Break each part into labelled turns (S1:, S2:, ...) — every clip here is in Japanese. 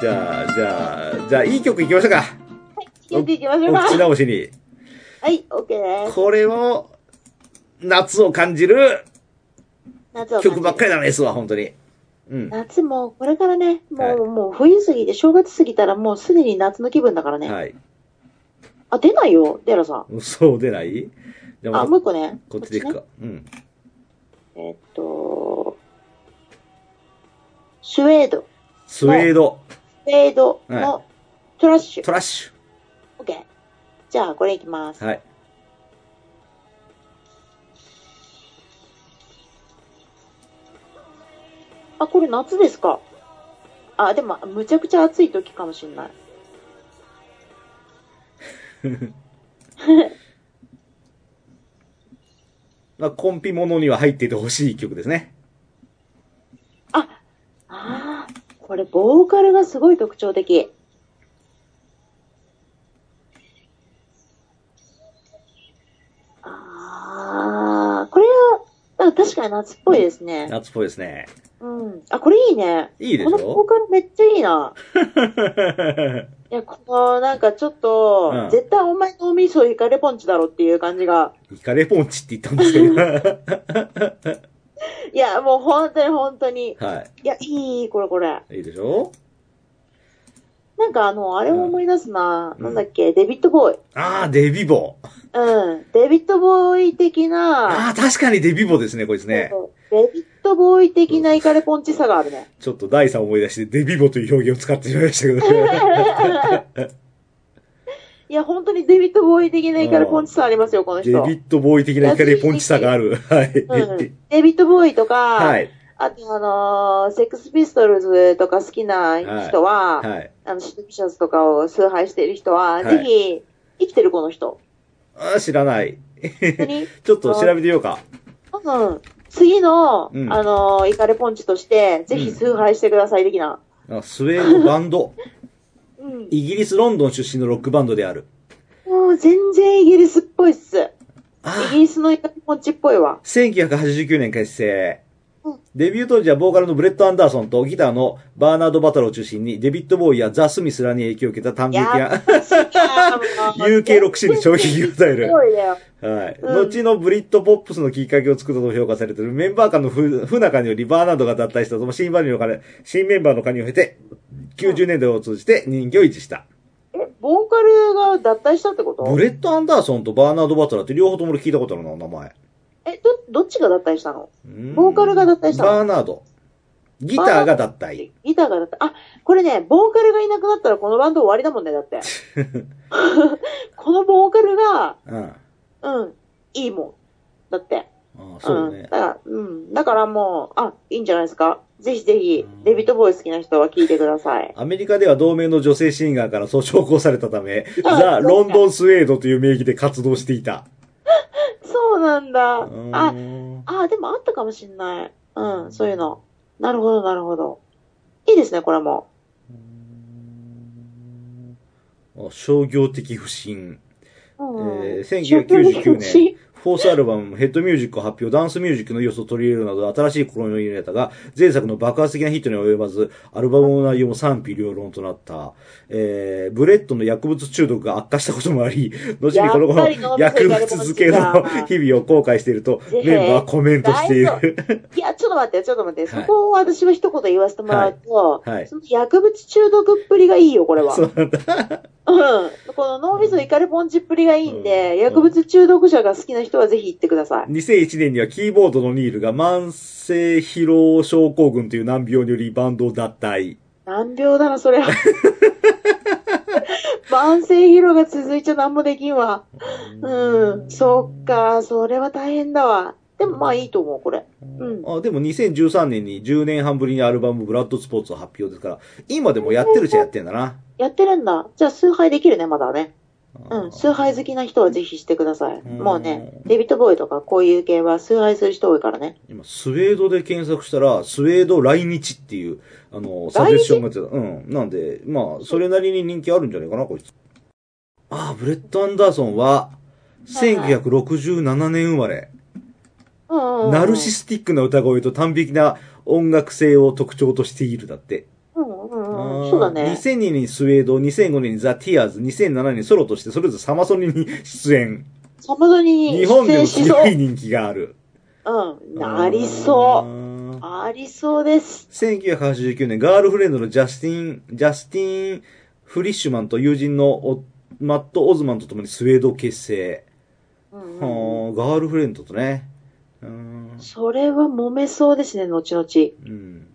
S1: じゃあ、じゃあ、じゃあ、いい曲いきましょうか。
S2: 聞いていきましょう
S1: お
S2: か
S1: 口。直しに。
S2: はい、OK です。
S1: これも、夏を感じる
S2: 夏を感じる
S1: 曲ばっかりだね、すわ、本当に。うん。
S2: 夏もこれからね、もう、
S1: はい
S2: もう冬過ぎて正月過ぎたらもうすでに夏の気分だからね。
S1: はい。
S2: あ、出ないよ、デラさ
S1: そう出ないじゃ
S2: ん。
S1: あ、
S2: あ、
S1: ま
S2: もう
S1: た
S2: 一個ね。
S1: こっちでいく
S2: ね。
S1: か。うん。
S2: えっと、スウェード、
S1: スウェード、
S2: スウェード
S1: は
S2: のトラッシュ。
S1: トラッシ
S2: OK。じゃあ、これいきます。
S1: ュ。はい。
S2: あ、これ夏ですか。あ、でも、むちゃくちゃ暑い時かもしんない。
S1: まあ、コンピものには入っていてほしい曲ですね。
S2: ああ、これ、ボーカルがすごい特徴的。ああ、これは、あ確かに夏っぽいですね。
S1: 夏っぽいですね。
S2: うん。あ、これいいね。
S1: いいでし
S2: このボー
S1: ょ
S2: カルめっちゃいいな。いや、この、なんかちょっと、
S1: うん
S2: 絶対お前脳みそイカレポンチだろっていう感じが。
S1: イカレポンチって言ったんです け
S2: いや、もう本当に本当に。
S1: ど。はい
S2: や、いい、これこれ。
S1: い。いいでしょ
S2: なんかあの、あれを思い出すな。
S1: うん
S2: なんだっけ、デビッドボーイ。
S1: あー、デビボ。
S2: うん。デビッドボーイ的な、
S1: あー、確かにデビボですね、こいつね。
S2: デビッドボーイ的なイカレポンチさがあるね。
S1: ちょっと第3思い出して、デビボという表現を使ってしまいましたけど。
S2: いや、本当にデビッドボーイ的なイカレポンチさありますよ、この
S1: デビ
S2: 人。
S1: ットボーイ的なイカレポンチさがある。はい。
S2: うん、デビッドボーイとか、
S1: はい。
S2: あとあのーセックスピストルズとか好きな人は、
S1: はい。
S2: あの、シュピシャツとかを崇拝している人は、
S1: はい
S2: ぜひ、生きてるこ の人。
S1: あー知らない。
S2: 本当に
S1: ちょっと調べてみようか。
S2: 多分、次の、
S1: うん
S2: あのーイカレポンチとして、ぜひ崇拝してください、的な。
S1: あスウェードバンド。
S2: うん。
S1: イギリス・ロンドン出身のロックバンドである。
S2: もう全然イギリスっぽいっす。イギ
S1: あ
S2: リスのイカレポンチっぽいわ。
S1: 1989年結成
S2: うん。
S1: デビュー当時はボーカルのブレッド・アンダーソンとギターのバーナード・バトラーを中心にデビッド・ボーイやザ・スミスらに影響を受けた短劇
S2: や
S1: や
S2: っぱし
S1: UK ロックシーンで衝撃を与え
S2: す
S1: る。
S2: ごいよ。
S1: はい。
S2: うん
S1: 後のブリッドポップスのきっかけを作ったと評価されているメンバー間の不不仲によりバーナードが脱退したとも新バニーの金、新メンバーの加入を経て、90年代を通じて人気を維持した。
S2: え、ボーカルが脱退したってこと
S1: ブレッド・アンダーソンとバーナード・バトラーって両方とも俺聞いたことあるな、名前。
S2: え、ど、どっちが脱退したの
S1: うん
S2: ボーカルが脱退したの
S1: バーナード。ギターが脱退。
S2: ギターが脱退。あ、これね、ボーカルがいなくなったらこのバンド終わりだもんね、だ って。このボーカルが、
S1: うん。あ
S2: うん、いいもん。だって。
S1: あそう
S2: うん。だ
S1: ね。
S2: から、うん。だからもう、あ、いいんじゃないですか。ぜひぜひ
S1: うん、
S2: デビットボーイ好きな人は聞いてください。
S1: アメリカでは同盟の女性シンガーからそう称号されたため、
S2: あ
S1: ザ・
S2: そうか
S1: ロンドン・スウェードという名義で活動していた。
S2: そうなんだ。
S1: う
S2: あ、
S1: ーん
S2: ああ、でもあったかもしんない。うん、そういうの。なるほど、なるほど。いいですね、これも。
S1: あ商業的不信。
S2: うん
S1: えー1999年
S2: 年。
S1: フォースアルバム、ヘッドミュージックを発表、ダンスミュージックの要素を取り入れるなど、新しい試みを入れたが、前作の爆発的なヒットには及ばず、アルバムの内容も賛否両論となった。えー、ブレッドの薬物中毒が悪化したこともあり、 後にこの子
S2: やっぱり飲
S1: の
S2: んで
S1: 薬
S2: る
S1: 物漬けの日々を後悔していると、
S2: ぜひ
S1: メンバーはコメントしてい
S2: 大丈
S1: る。
S2: いや、ちょっと待って、ちょっと待って。
S1: は
S2: そ
S1: い
S2: こを私は一言言わせてもらうと、
S1: はいはい
S2: その薬物中毒っぷりがいいよ、これは。
S1: そうなんだ。
S2: うん。この脳みそイカレポンチっぷりがいいんで、
S1: うん
S2: 薬物中毒者が好きな人はぜひ行ってください。
S1: 2001年にはキーボードのニールが慢性疲労症候群という難病によりバンドを脱退。
S2: 難病だな、それ は。慢性疲労が続いちゃ何もできんわ。うん、そっか、それは大変だわ。でもまあいいと思う、これ。うん。
S1: あでも2013年に10年半ぶりにアルバムブラッドスポーツを発表ですから、今でもやってるじゃやってんだな。
S2: やってるんだ。じゃあ、崇拝できるね、まだね。うん。崇
S1: あ
S2: 拝好きな人はぜひしてください。
S1: うん
S2: もうね、デビットボーイとかこういう系は崇拝する人多いからね。
S1: 今、スウェードで検索したら、スウェード来日っていう、あの、サジェッションが出てた。うん。なんで、まあ、それなりに人気あるんじゃないかな、こいつ。ああ、ブレッド・アンダーソンは、1967年生まれ。
S2: うんうんうん。
S1: ナルシスティックな歌声と端的な音楽性を特徴としているだって。
S2: うんうんうんうんそうだね
S1: 2002年にスウェード、2005年にザ・ティアーズ、2007年にソロとしてそれぞれサマソニに出演。
S2: サマソニに
S1: 日本
S2: 出
S1: でも
S2: 演し
S1: す
S2: そ。
S1: ごいう人気がある。
S2: うん。なりそう。
S1: う。
S2: ありそうです。
S1: 1989年、ガールフレンドのジャスティン、ジャスティン・フリッシュマンと友人のおマット・オズマンと共にスウェードを結成。
S2: うん
S1: は
S2: うん
S1: ーガールフレンドとね。うーん
S2: それは揉めそうですね、後々。
S1: うん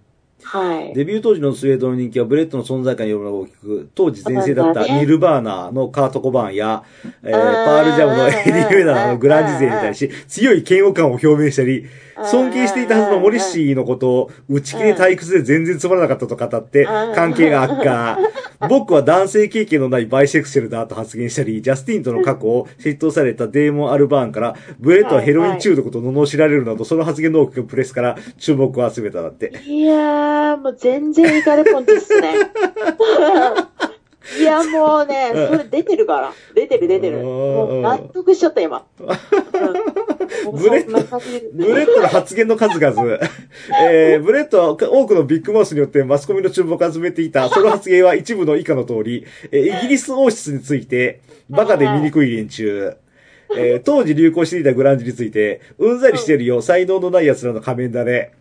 S2: はい。
S1: デビュー当時のスウェードの人気はブレットの存在感によるのが大きく、当時前世だった
S2: そうだね
S1: ニルバーナのカート・コバーンや、えー
S2: うん
S1: パールジャムのエディ・ウェダーのグランジ勢に対し、強い嫌悪感を表明したり、尊敬していたはずのモリッシーのことを打ち切り退屈で全然つまらなかったと語って
S2: うん
S1: 関係が悪化。 僕は男性経験のないバイセクシャルだと発言したり、ジャスティンとの過去を嫉妬されたデーモン・アルバーンから、ブレットはヘロイン中毒と罵られるなど、その発言の大きくプレスから注目を集めただって。
S2: いやー、もう全然イカレポンチっ すね。いや、もうね、それ出てるから。出てる出てる。
S1: うん
S2: もう納得しちゃっ た、今。うん
S1: ブレッド
S2: もうそんな感じ
S1: ブレットの発言の数々。 えー、ブレットは多くのビッグマウスによってマスコミの注目を集めていた、その発言は一部の以下の通り、えーイギリス王室について、バカで醜い連中。えー当時流行していたグランジについて、うんざりしてるよ、才能のない奴らの仮面だね。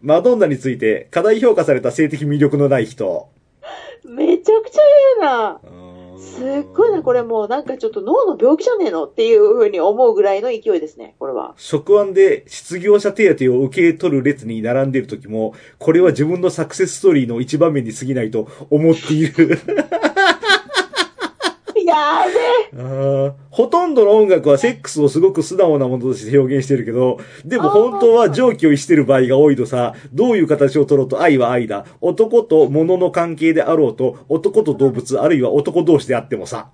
S1: マドンナについて、過大評価された性的魅力のない人。
S2: めちゃくちゃ言うな。すっごいな、これもうなんかちょっと脳の病気じゃねえのっていうふうに思うぐらいの勢いですね、これは。
S1: 職案で失業者手当を受け取る列に並んでいる時も、これは自分のサクセスストーリーの一番目に過ぎないと思っている。
S2: や
S1: あ
S2: ーべえ
S1: ーほとんどの音楽はセックスをすごく素直なものとして表現してるけど、でも本当は常軌を逸してる場合が多いとさ、どういう形を取ろうと愛は愛だ。男と物の関係であろうと、男と動物、あるいは男同士であってもさ。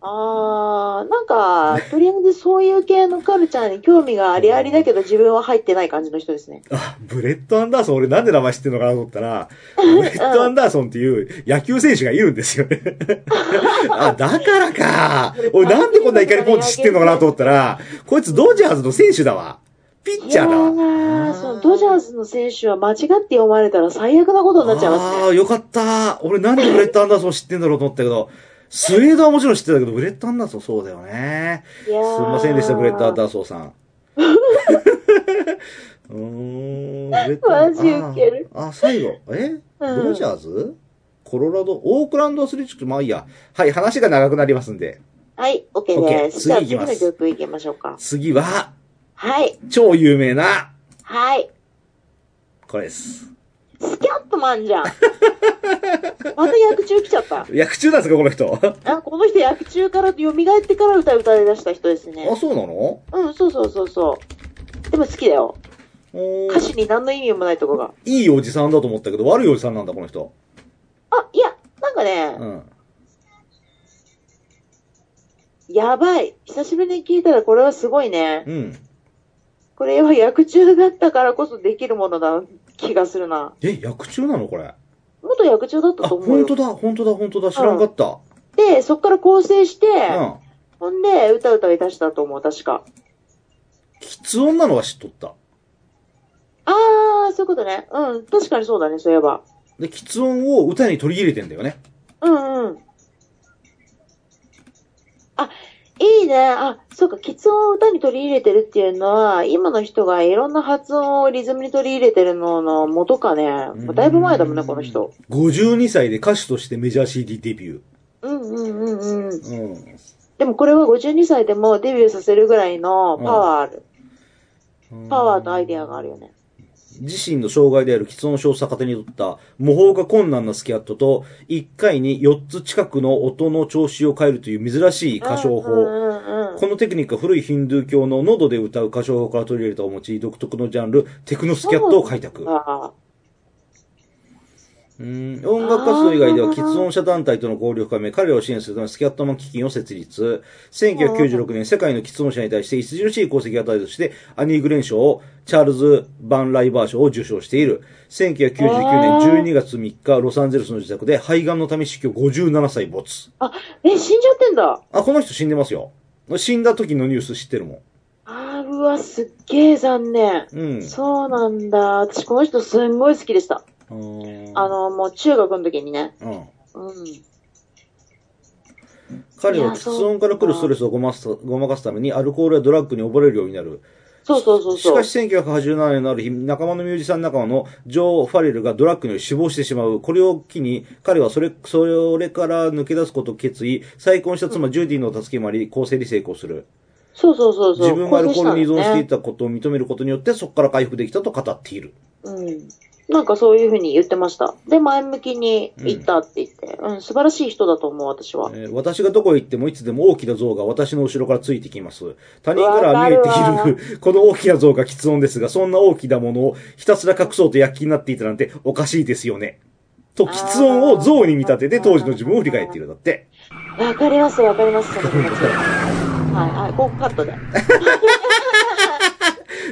S2: あー、な んか、とりあえずそういう系のカルチャーに興味がありありだけど自分は入ってない感じの人ですね。
S1: あ、ブレッド・アンダーソン、俺なんで名前知ってるのかなと思ったら、ブレッド・アンダーソンっていう野球選手がいるんですよ ね。あ、だからか。俺なんでこんな怒りポンチ知ってるのかなと思ったら、こいつドジャーズの選手だわ。ピッ
S2: い
S1: チャ
S2: や
S1: ーだわ。
S2: ー、そのドジャースの選手は間違って読まれたら最悪なことになっちゃいます
S1: ああー、よかった。俺なんでブレッド・アンダーソン知ってんだろうと思ったけど、スウェードはもちろん知ってたけど、ブレッド・アンダーソンそうだよね。
S2: ね。いや
S1: すいませんでした、ブレッド・アン
S2: だ。
S1: ダーソンさ ん。うーん、ブレッ
S2: マジウケる
S1: あーあ、最後。え
S2: うん
S1: ドジャーズコロラド、オークランドアスレチックス、まあいいや。はい、話が長くなりますんで。
S2: はい、OK で
S1: OK
S2: す。じゃあ
S1: 次
S2: 次
S1: 行きま
S2: の
S1: す
S2: 曲行きましょうか。
S1: 次は、
S2: はい、
S1: 超有名な、
S2: はい。
S1: これです。
S2: スキャットマンじゃん。また役中来ちゃった。
S1: 役中なんですか、この 人。
S2: あこの人役中から蘇ってから歌歌い出した人ですね
S1: あ、。そうなの
S2: うん、そうそうそうそう。でも好きだよ。
S1: お
S2: 歌詞に何の意味もないとこが。
S1: いいおじさんだと思ったけど、悪いおじさんなんだ、この人。
S2: あ、いや、なんか
S1: う
S2: ね、
S1: ん。
S2: やばい。久しぶりに聞いたらこれはすごいね。
S1: うん。
S2: これは役中だったからこそできるものだ気がするな。
S1: え、役中なのこれ。あ、
S2: 元役中だったと思う
S1: 本当
S2: よ。
S1: だ、本当だ、本当だ、知らんかった。
S2: で、そっから構成して、
S1: うん。
S2: ほんで、歌歌い出したと思う、確か。
S1: きつ音なのは知っとった。
S2: あー、そういうことね。うん、確かにそうだね、そういえば。
S1: で、きつ音を歌に取り入れてんだよね。
S2: うんうん。あ、いいね。あ、そうか、喫音を歌に取り入れてるっていうのは、今の人がいろんな発音をリズムに取り入れてるのの元かね。もうだいぶ前だもんね、この人。
S1: 52歳で歌手としてメジャー CD デビュ
S2: うんうんうんうん。
S1: ー。うん。
S2: でもこれは52歳でもデビューさせるぐらいのパワーある。パワーとアイデアがあるよね。
S1: 自身の障害である喫音症を逆手に取った模倣が困難なスキャットと、1回に4つ近くの音の調子を変えるという珍しい歌唱法。
S2: うんうんうん
S1: このテクニックは古いヒンドゥー教の喉で歌う歌唱法から取り入れたを用い、独特のジャンル、テクノスキャットを開拓。
S2: あ
S1: うん音楽活動以外では、喫音者団体との交流を深め、彼らを支援するため、スキャットマン基金を設立。1996年、世界の喫音者に対して著しい功績を与えたとして、アニー・グレン賞を、チャールズ・バン・ライバー賞を受賞している。1999年12月3日、ロサンゼルスの自宅で、肺がんのため死去57歳没。
S2: ーえ、死んじゃってんだ。
S1: あ、この人死んでますよ。死んだ時のニュース知ってるもん。
S2: あー、うわ、すっげえ残念。
S1: うん。
S2: そうなんだ。私この人すんごい好きでした。
S1: うん
S2: あの、もう中学の時にね。
S1: うん。
S2: うん。
S1: 彼は喫音から来るストレスをごまかすごまかすために、アルコールやドラッグに溺れるようになる。
S2: そうそうそう
S1: し
S2: そう。
S1: かし1987年のある日、仲間のミュージシャン仲間のジョー・ファレルがドラッグにより死亡してしまう。これを機に、彼はそれ、それから抜け出すことを決意、再婚した妻ジュディの助けもあり、構成に成功する。
S2: そうそうそうそう。
S1: 自分がアルコールに依存してい
S2: て。
S1: たことを認めることによって、そこから回復できたと語っている。
S2: うん。なんかそういうふうに言ってました。で、前向きに行ったって言って。うん、素晴らしい人だと思う、私は。
S1: えー私がどこへ行ってもいつでも大きな像が私の後ろからついてきます。他人からは見え
S2: わかる
S1: ている この大きな像が喫音ですが、そんな大きなものをひたすら隠そうと躍起になっていたなんておかしいですよね。と、喫音を像に見立てて当時の自分を振り返っているんだって。
S2: わかります、わかります、その気持ち。はい、はい、こうカットで。う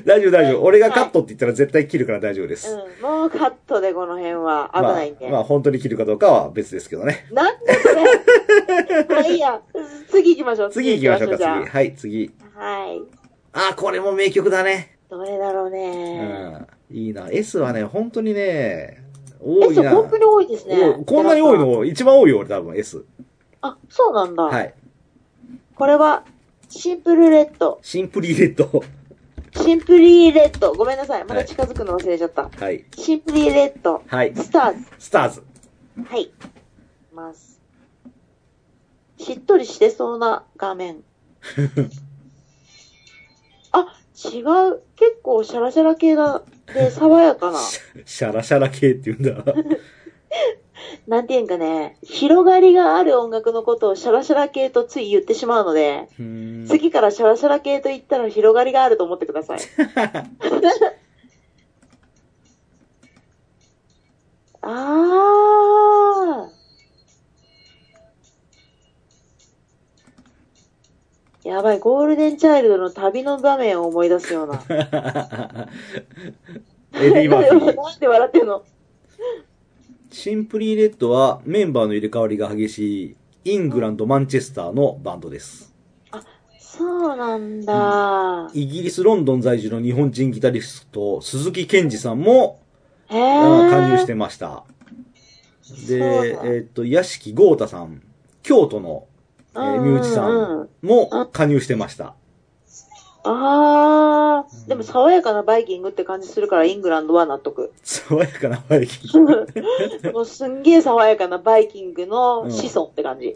S1: 大丈夫大丈夫。俺がカットって言ったら絶対切るから大丈夫です。
S2: ん、もうカットで、この辺は。危ないんで。
S1: まあ、まあ本当に切るかどうかは別ですけどね。
S2: なんでそれまあいいや。次行きましょう。
S1: 次行きましょう
S2: じ
S1: か、
S2: ゃ
S1: 次。はい、次。
S2: あはい。
S1: あー、これも名曲だね。
S2: どれだろう
S1: う
S2: ね。
S1: ん。いいな。S はね、本当にね、
S2: え、
S1: 多い
S2: そう、
S1: な。
S2: 本当に多いですね
S1: お。こんなに多いの一番多いよ、俺多分 S。
S2: あ、そうなんだ。
S1: はい。
S2: これは、シンプルレッド。
S1: シンプリーレッド。
S2: シンプリーレッド。ごめんなさい。まだ近づくの忘れちゃっ た。
S1: はい。
S2: シンプリーレッド。
S1: はい。
S2: スターズ。
S1: スターズ。
S2: はい。ます。しっとりしてそうな画面。あ、違う。結構シャラシャラ系だ。で、爽やかな。
S1: シャラシャラ系って言 うんだ。
S2: なんていうんかね、広がりがある音楽のことをシャラシャラ系とつい言ってしまうので、
S1: うー ん
S2: 次からシャラシャラ系と言ったら広がりがあると思ってく ださい。あー。やばい、ゴールデンチャイルドの旅の場面を思い出すような。
S1: エディ・ マーフィー。
S2: なんで笑ってんの
S1: シンプリーレッドはメンバーの入れ替わりが激しいイングランド・マンチェスターのバンドです。
S2: そうなんだ。
S1: イギリス・ロンドン在住の日本人ギタリスト、鈴木健二さんも、
S2: へ
S1: あ
S2: ー。
S1: 加入してました。で、
S2: そうだ
S1: えっと、屋敷豪太さん、京都の、えーミュージシ
S2: うんうんう
S1: ャン
S2: ん
S1: も加入してました。
S2: ああ、でも爽やかなバイキングって感じするからイングランドは納得。
S1: 爽やかなバイキング。
S2: もうすんげえ爽やかなバイキングの子孫って感じ。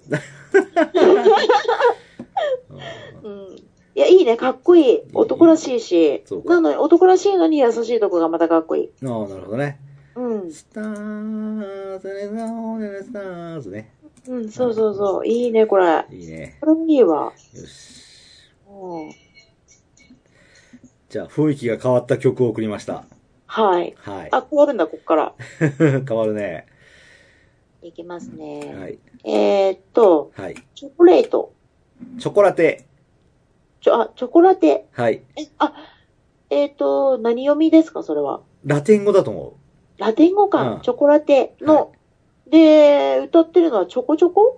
S2: うん。いや、いいね、かっこいい。男らしいし
S1: そう。か
S2: なのに、男らしいのに優しいとこがまたかっこいい。
S1: ああ、なるほどね。
S2: うん。
S1: スターズね、ザオネスターズね。
S2: うん、そうそうそう。いいね、これ。
S1: いいね。
S2: これもいいわ。
S1: よし。
S2: うん。
S1: じゃあ、雰囲気が変わった曲を送りました。
S2: はい。
S1: はい。
S2: あ、変わるんだ、こっから。
S1: 変わるね。
S2: いきますね。
S1: はい。
S2: えーっと、
S1: はい。
S2: チョコレート。
S1: チョコラテ。
S2: ちょ、あ、チョコラテ。
S1: はい。
S2: え、あ、えーっと、何読みですか、それは。
S1: ラテン語だと思
S2: ラテン語か、
S1: うん
S2: チョコラテの、で、歌ってるのはチョコチョコ
S1: う。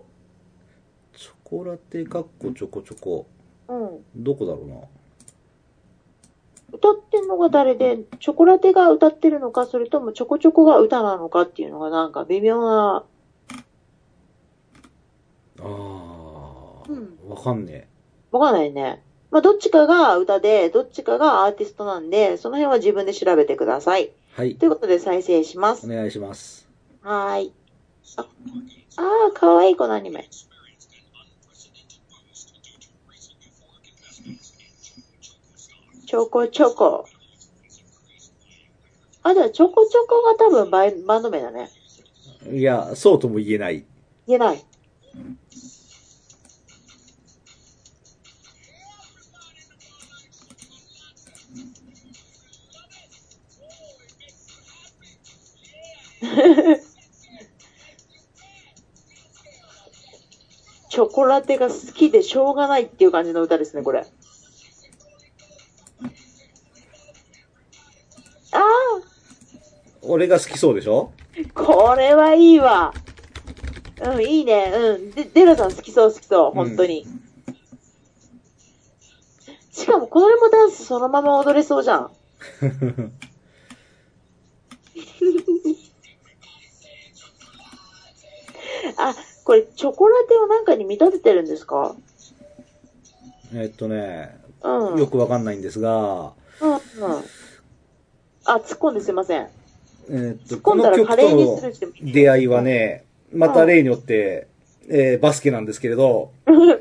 S1: チョコラテ、かっこチョコチョコ。
S2: うん。
S1: どこだろうな。
S2: 歌ってるのが誰で、チョコラテが歌ってるのか、それともチョコチョコが歌なのかっていうのがなんか微妙な、
S1: あ
S2: うん
S1: あ。わかんね
S2: わかんないね。まあ、どっちかが歌で、どっちかがアーティストなんで、その辺は自分で調べてください。
S1: え。はい。
S2: ということで再生しま
S1: お
S2: す。
S1: 願いします。
S2: はーい。あ、あー、かわいいこのアニメ。チョコチョコ。あ、じゃあチョコチョコが多分バイバンド名だね。
S1: いや、そうとも言えない。
S2: 言えない。チョコラテが好きでしょうがないっていう感じの歌ですね、これ。ああ
S1: 俺が好きそうでしょ
S2: これはいいわ。うん、いいね。うん。で、デラさん好きそう好きそう。本当に。しかも、これもダンスそのまま踊れそうじゃん。これ、チョコラテをなんかに見立ててるんですか
S1: えっとね、
S2: うん。
S1: よくわかんないんですが、
S2: うんうん。あ、突っ込んですいません。
S1: えっと、
S2: 突っ込んだらカレーにするしてもいい
S1: 出会いはね、また例によって、えーバスケなんですけれど、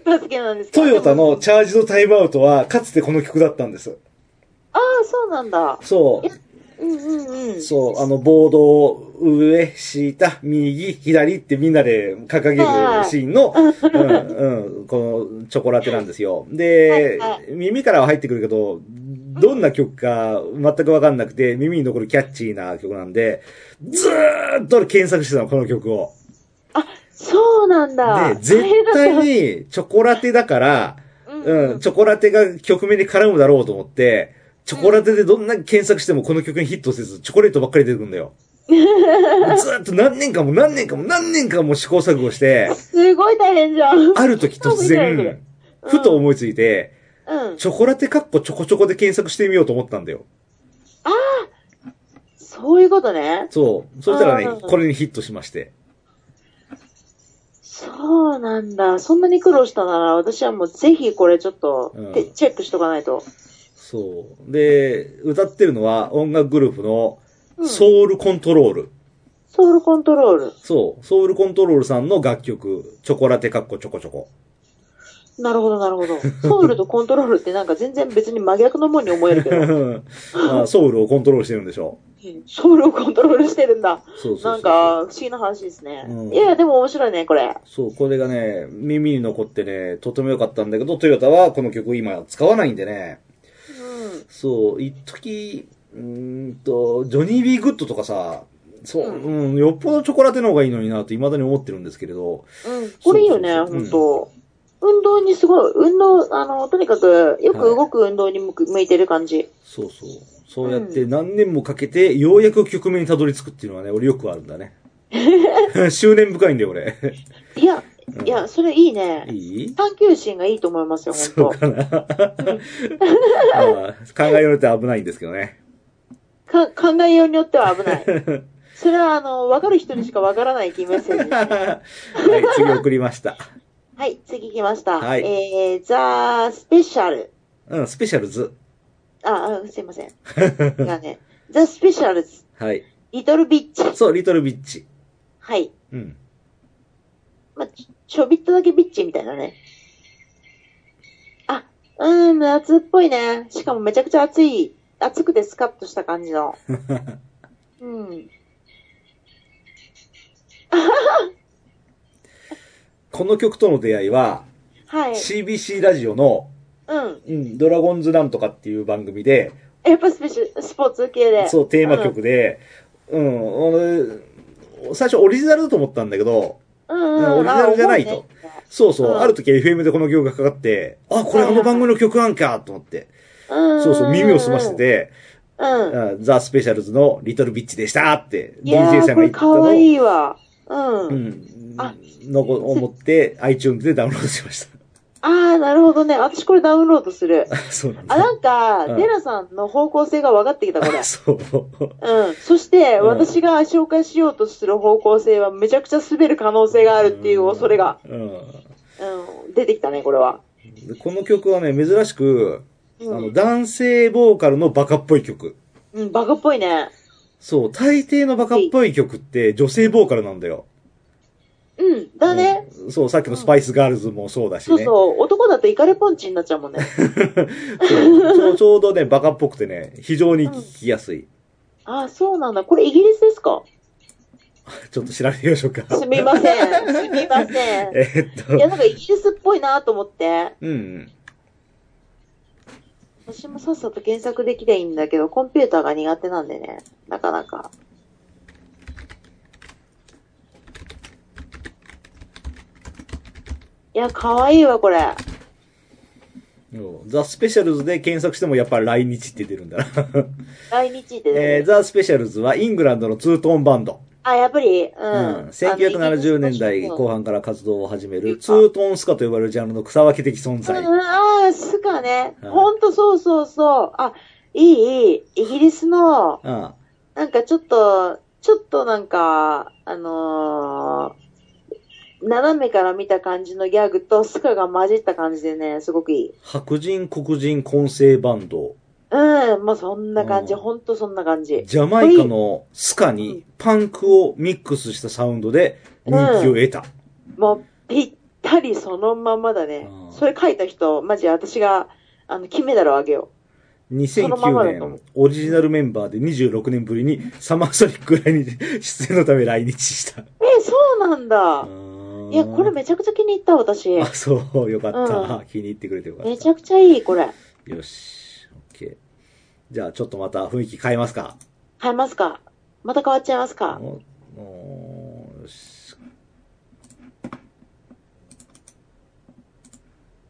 S2: 助けなんですか
S1: トヨタの
S2: でも
S1: チャージのタイムアウトは、かつてこの曲だったんです。
S2: ああ、そうなんだ。
S1: そ
S2: いやうんうんう
S1: う。
S2: ん。
S1: そう、あの、ボードを上、下、右、左ってみんなで掲げるシーンの、うん、うん、このチョコラテなんですよ。で
S2: はいは、
S1: 耳からは入ってくるけど、どんな曲か全くわかんなくて、耳に残るキャッチーな曲なんで、ずーっと俺検索してたの、この曲を。
S2: そうなんだ。
S1: で、絶対にチョコラテだから、
S2: うん
S1: うん、チョコラテが曲名に絡むだろうと思って、チョコラテでどんなに検索してもこの曲にヒットせず、チョコレートばっかり出てくるんだ よ。ずーっと何年間も何年間も何年間も試行錯誤して、
S2: すごい大変じゃん。
S1: ある時突然、
S2: うん
S1: ふと思いついて、
S2: うん。
S1: チョコラテかっこチョコチョコで検索してみようと思ったんだよ。
S2: そういうことね。
S1: そう。そしたらね
S2: うん、
S1: これにヒットしまして。
S2: そうなんだ。そんなに苦労したなら、私はもうぜひこれちょっと、
S1: うん
S2: てチェックしとかないと。
S1: そう。で、歌ってるのは音楽グループの
S2: うん
S1: ソウルコントロール。
S2: ソウルコントロール。
S1: そう。ソウルコントロールさんの楽曲、チョコラテかっこチョコチョコ。
S2: なるほど、なる ほど。ソウルとコントロールってなんか全然別に真逆のもんに思えるけど。
S1: まあソウルをコントロールしてるんでしょ
S2: ソウルをコントロールしてるんだ
S1: う。。そうそうそう。
S2: なん、か、不思議な話ですね。
S1: うん
S2: いや、でも面白いね、これ。
S1: そう、これがね、耳に残ってね、とても良かったんだけど、トヨタはこの曲今使わないんでね。
S2: うん。
S1: そう、一時うーんと、ジョニー・ビー・グッドとかさ、そう、うん、よっぽどチョコラテの方がいいのになと未だに思ってるんですけれど、
S2: うん、これいいよね、
S1: そうそう
S2: 本当、運動にすごい、運動、あの、とにかく、よく動く運動に向く向いてる感じ。
S1: そうそう。そうやって何年もかけて、ようやく曲名にたどり着くっていうのはね、俺よくあるんだね。 執念深いんだよ、俺。
S2: いや、
S1: うん
S2: いや、それいいね。
S1: いい
S2: 探求心がいいと思いますよ、
S1: そう
S2: 本
S1: かな。まあ考えようと危ないんですけどね。
S2: 当。か、考えようによっては危 ない。それは、あの、わかる人にしかわからないキーメッセージ ですね。
S1: はい、次送りました。
S2: はい、次来ました。
S1: はい
S2: えー、ザ・スペシャル。
S1: うん、スペシャルズ。
S2: あ、あすい ません。いやね。ザ・スペシャルズ。
S1: はい。
S2: リトルビッチ。
S1: そう、リトルビッチ。
S2: はい。
S1: うん。
S2: まあ、ちょちょびっとだけビッチみたいなね。あ、うーん、夏っぽいね。しかもめちゃくちゃ暑い。暑くてスカッとした感 じの。うん。
S1: この曲との出会いは、
S2: はい。
S1: CBC ラジオの、
S2: うん。
S1: うん、ドラゴンズなんとかっていう番組で、
S2: やっぱスペシャスポーツ系で。
S1: そう、テーマ曲で、うん、俺最初オリジナルだと思ったんだけど、
S2: うん。うんうん、
S1: うんオリジナルじゃないと
S2: あ重ね
S1: そうそうう、
S2: ん
S1: ある時 FM でこの曲がかかって、あ、これあの番組の曲なんかと思って、
S2: うん。
S1: そうそう、耳を澄まして
S2: て。
S1: て、
S2: うん。
S1: あザ・スペシャルズのリトルビッチでしたって、
S2: いや
S1: DJ さ
S2: ー、
S1: んが
S2: こ
S1: 言っ
S2: れ
S1: てた
S2: か
S1: のを
S2: わいいわ。うん。
S1: うん。
S2: あ
S1: のこ思って、iTunes でダウンロードしまし
S2: ああ、なるほどね。私これダウンロードする。
S1: た。そうなんだ。
S2: あ、なんか、
S1: うん
S2: デラさんの方向性が分かってきた、こ れ
S1: あ。そう。
S2: うん。そして、
S1: うん
S2: 私が紹介しようとする方向性はめちゃくちゃ滑る可能性があるっていう恐れが、
S1: うん。
S2: うん、出てきたね、これは。
S1: でこの曲はね、珍しく、あ
S2: う
S1: の、
S2: ん。
S1: 男性ボーカルのバカっぽい曲。
S2: うん、バカっぽいね。
S1: そう、大抵のバカっぽい曲って女性ボーカルなんだよ。
S2: うん、だね。
S1: うんそう、さっきのスパイスガールズもそうだし
S2: そう
S1: ね。
S2: そう。男だとイカレポンチになっちゃう もんね。
S1: そうそうちょうどね、バカっぽくてね、非常に聞きやすい。
S2: ああ、そうなんだ。これイギリスですか
S1: ちょっと調べてみましょうか。
S2: すみません。すみません。
S1: えーっ
S2: いや、
S1: と、
S2: なんかイギリスっぽいなと思って。
S1: うんうん。
S2: 私もさっさと検索できりゃいいんだけど、コンピューターが苦手なんでね。なかなか。いや、かわいいわ、これ。
S1: ザ・スペシャルズで検索してもやっぱ来日って出るんだな。
S2: 来日ってね。
S1: えーザ・スペシャルズはイングランドのツートーンバンド。
S2: あ、やっぱり、う
S1: う
S2: ん。
S1: ん
S2: あの
S1: 1970年代後。半から活動を始めるツートーンスカと呼ばれるジャンルの草分け的存
S2: うん
S1: 在。
S2: うん、ああ、すかね。
S1: はい
S2: ほんと、そうそうそう。あ、いい、いい。イギリスの、
S1: うん。
S2: なんかちょっと、ちょっとなんか、あのー斜めから見た感じのギャグとスカが混じった感じでね、すごくいい。
S1: 白人、黒人混成バンド。
S2: うん、まあそんな感じ、
S1: うん
S2: ほんとそんな感じ。
S1: ジャマイカのスカにパンクをミックスしたサウンドで人気を得た。
S2: もうぴったりそのまんまだね
S1: うん。
S2: それ書いた人、マジ私が、あの、金メダルをあげよそのままだ
S1: 2009
S2: と思
S1: 年、オリジナルメンバーで26年ぶりにサマーソニック来日、出演のため来日した。
S2: う。え、そうなんだ。いや、これめちゃくちゃ気に入った、 私。
S1: あ、そう、よかった。
S2: う
S1: 気に入ってくれてよかっ
S2: めちゃくちゃいい、これ。
S1: た。よし、オッケー。じゃあ、ちょっとまた雰囲気変えますか。
S2: 変えますかまた変わっちゃいますか
S1: おおよし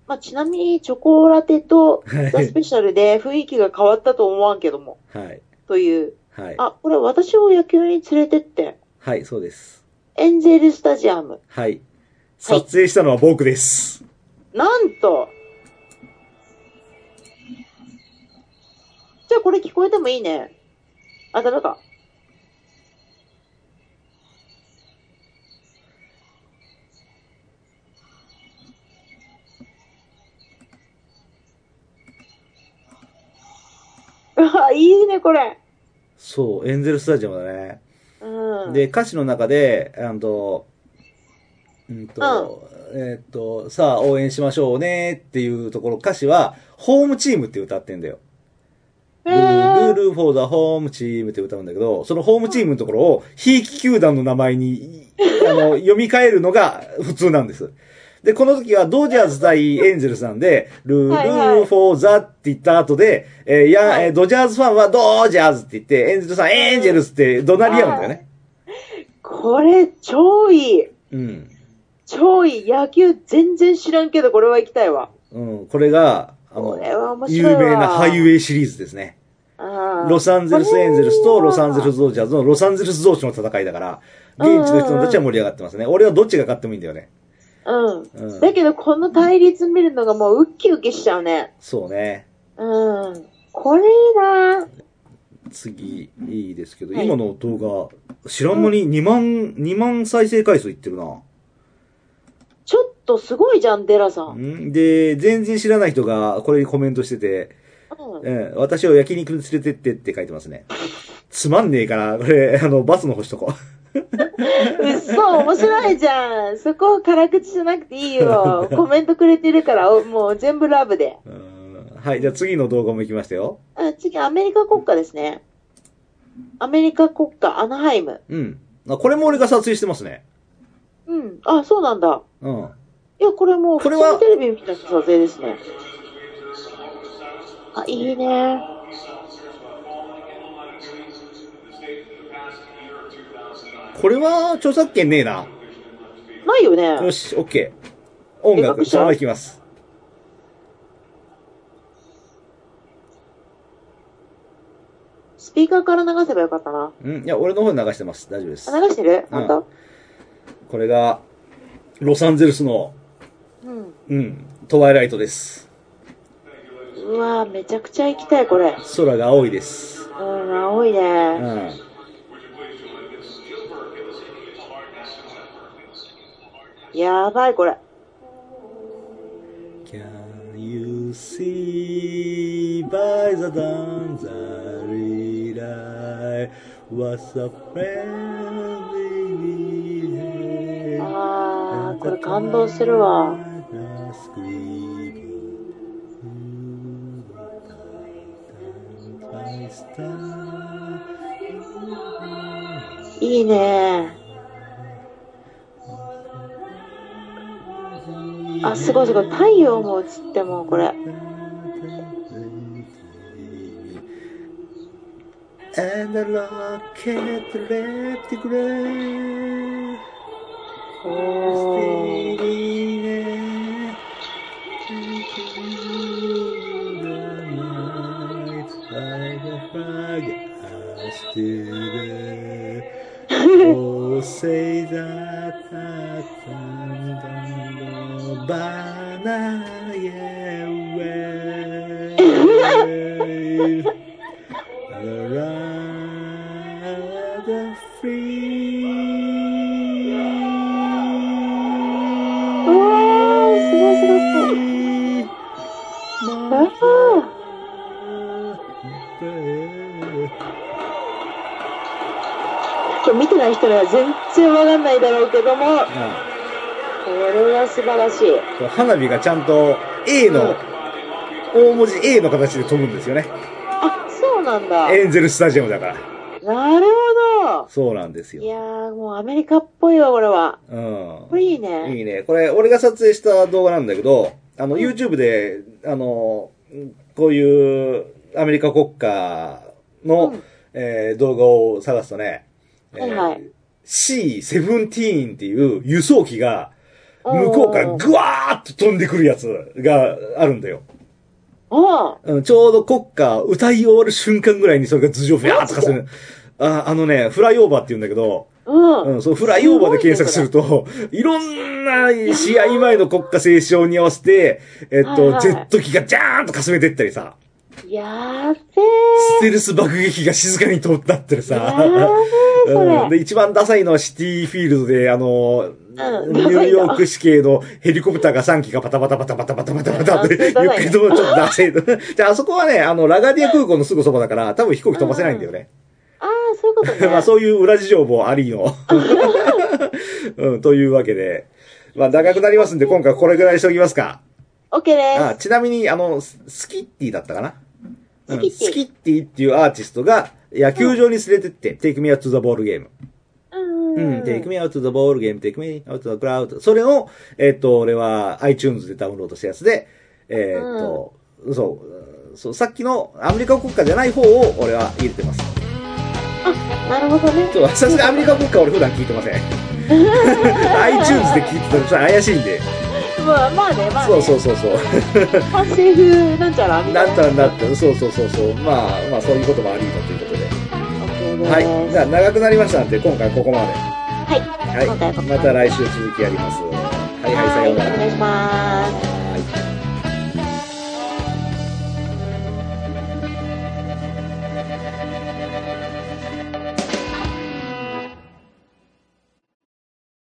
S2: まあ、ちなみに、チョコラテと
S1: はい
S2: ザ・スペシャルで雰囲気が変わったと思わんけども、
S1: はい。
S2: という。
S1: はい。
S2: あ、これ私を野球に連れてって、
S1: はい、そうです。
S2: エンゼルスタジアム。
S1: はい。撮影したのは僕です。
S2: なんとじゃあこれ聞こえてもいいね。あ、ダメか。うわ、いいね、これ。
S1: そう、エンゼルスタジアムだね。
S2: うん。
S1: で、歌詞の中で、あの、うんと、えーっと、さあ応援しましょうねっていうところ、歌詞は、ホームチームって歌ってんだよ。
S2: え
S1: ルー
S2: ー、
S1: ルフォーザホームチームって歌うんだけど、そのホームチームのところを、ひいき球団の名前に、あの、読み替えるのが普通なんです。で、この時はドジャーズ対エンゼルスなんで、ル
S2: はい
S1: ー
S2: はい
S1: ルフォーザって言った後で、えーや、
S2: はい
S1: えードジャーズファンはドジャーズって言って、エンゼルスさんエンジェルスって怒鳴り合うんだよね。
S2: これ、超いい。
S1: うん。
S2: 超いい。野球全然知らんけど、これは行きたいわ。
S1: うん、これが、あ
S2: こ
S1: の、
S2: れは面白い
S1: 有
S2: わ。
S1: 名なハイウェイシリーズですね。ロ
S2: ロ
S1: サンゼルスエンゼルスとロサンゼルスドジャーズのロサンゼルス同士の戦いだから、現地の人たちは盛り上がってますね。俺はどっちが勝ってもいいんだよね。
S2: うん。
S1: うん
S2: だけど、この対立見るのがもうウッキウキしちゃうね。
S1: そうね。
S2: うん。これいいな
S1: 次、いいですけど、
S2: はい
S1: 今の動画、知らん間に2万、2万再生回数いってるな。
S2: ちょっとすごいじゃん、デラさん。うん。
S1: んで、全然知らない人がこれにコメントしてて、うん、私を焼肉に連れてってって書いてますね。つまんねえから、これ、あの、バスの星とこ。
S2: うっそ、面白いじゃん。そこ、辛口じゃなくていいよ。コメントくれてるから、おもう全部ラブで。
S1: うんはい、じゃあ次の動画も行きましたよ。
S2: あ次、アメリカ国歌ですね。アメリカ国歌、アナハイム。
S1: うん。あこれも俺が撮影してますね。
S2: うん。あ、そうなんだ。
S1: うん。
S2: いや、これもう、
S1: こ
S2: 普
S1: れ
S2: 通
S1: は
S2: にテレビ見た撮影ですね。あ、いいね。
S1: これは著作権ねえな。
S2: ないよね。
S1: よし、オッケー。音楽、
S2: え
S1: そのまま行きます。
S2: スピーカーから流せばよかったな。
S1: うん、いや、俺の方に流してます。大丈夫です
S2: あ。流してる
S1: うん
S2: 本当、
S1: これが、ロサンゼルスの、
S2: うん、
S1: うん、トワイライトです。
S2: うわぁ、めちゃくちゃ行きたい、これ。
S1: 空が青いです。
S2: うん、青いうね。
S1: ん。
S2: やばい、これ。
S1: Can you see by the dawn's early light what's a friendly we have?
S2: あー、これ感動するわ。いいねあ、すごいすごい。太陽も映ってもう、これ。
S1: And the rocket left the ground
S2: おー。
S1: Oh, say that I found banana wave. Around the free.
S2: トルは全然わかんないだろうけども、こ
S1: あ
S2: れは素晴らしい。
S1: あこう花火がちゃんと A の、大文字 A の形で飛ぶんですよね。
S2: あ、そうなんだ。
S1: エンゼルスタジアムだから。
S2: なるほ
S1: そうなんです
S2: ど。い
S1: よ。
S2: やー、もうアメリカっぽいわ、これは。
S1: うん。
S2: これいいね。
S1: いいね。これ、俺が撮影した動画なんだけど、あの、
S2: うん
S1: YouTube で、あの、うんこういうアメリカ国歌の、
S2: うん
S1: えー動画を探すとね、えー
S2: はいはい
S1: C-17 っていう輸送機が、
S2: おー
S1: 向こうからぐわーっと飛んでくるやつがあるんだよ。
S2: おう
S1: うんちょうど国歌歌い終わる瞬間ぐらいにそれが頭上ふやーっとかする。ああのね、フライオーバーって言うんだけど、
S2: うん。
S1: うん、そう、フライオーバーで検索すると、いろんな試合前の国歌斉唱に合わせて、えっ
S2: はいは
S1: と、
S2: い
S1: ジェット機がジャーンとかすめてったりさ、
S2: やーべ
S1: ステルス爆撃が静かに通ったってる
S2: ー。や
S1: さ、
S2: ーべー、それ。
S1: うんで、一番ダサいのはシティフィールドで、あの、
S2: うん
S1: ニューヨーク市警のヘリコプターが3機がパタパタパタパタパタパタパタって、ゆっ
S2: うん
S1: くりともちょっとダサい。じゃあ、あそこはね、あの、ラガディア空港のすぐそばだから、多分飛行機飛ばせないんだよね。
S2: あー、そういうことね。
S1: まあそういう裏事情もありの。 うん、というわけで。まあ長くなりますんで、今回これぐらいにしておきますか。
S2: オッケー
S1: あ
S2: です。
S1: ちなみに、あの、ススキッティだったかな、うん、
S2: スキッティ
S1: スキッティっていうアーティストが野球場に連れてって、Take me out to the ball game。
S2: うん
S1: うん、Take me out to the ball game, Take me out to the crowd. それを、えっ、と、俺は iTunes でダウンロードしたやつで、えっ、と、そう、そう、さっきのアメリカ国歌じゃない方を俺は入れてます。
S2: なるほどね。
S1: そうさすがアメリカ国歌は俺普段聞いて ません iTunes で聞いてたらちょっと怪しいんで、
S2: まあまあね、まあ、
S1: そ
S2: ね。
S1: うそうそうそう
S2: 反政府なんちゃらみた
S1: ないん
S2: な。
S1: たらなってそうそうそうそうまあまあそういうこともありのということで、
S2: オッケーです。
S1: はいじゃあ長くなりましたんで今回ここまで
S2: はい。
S1: はい
S2: 今回はここま
S1: ま
S2: で
S1: た来週続きやりますはいはいさような
S2: お
S1: ら
S2: 願いします。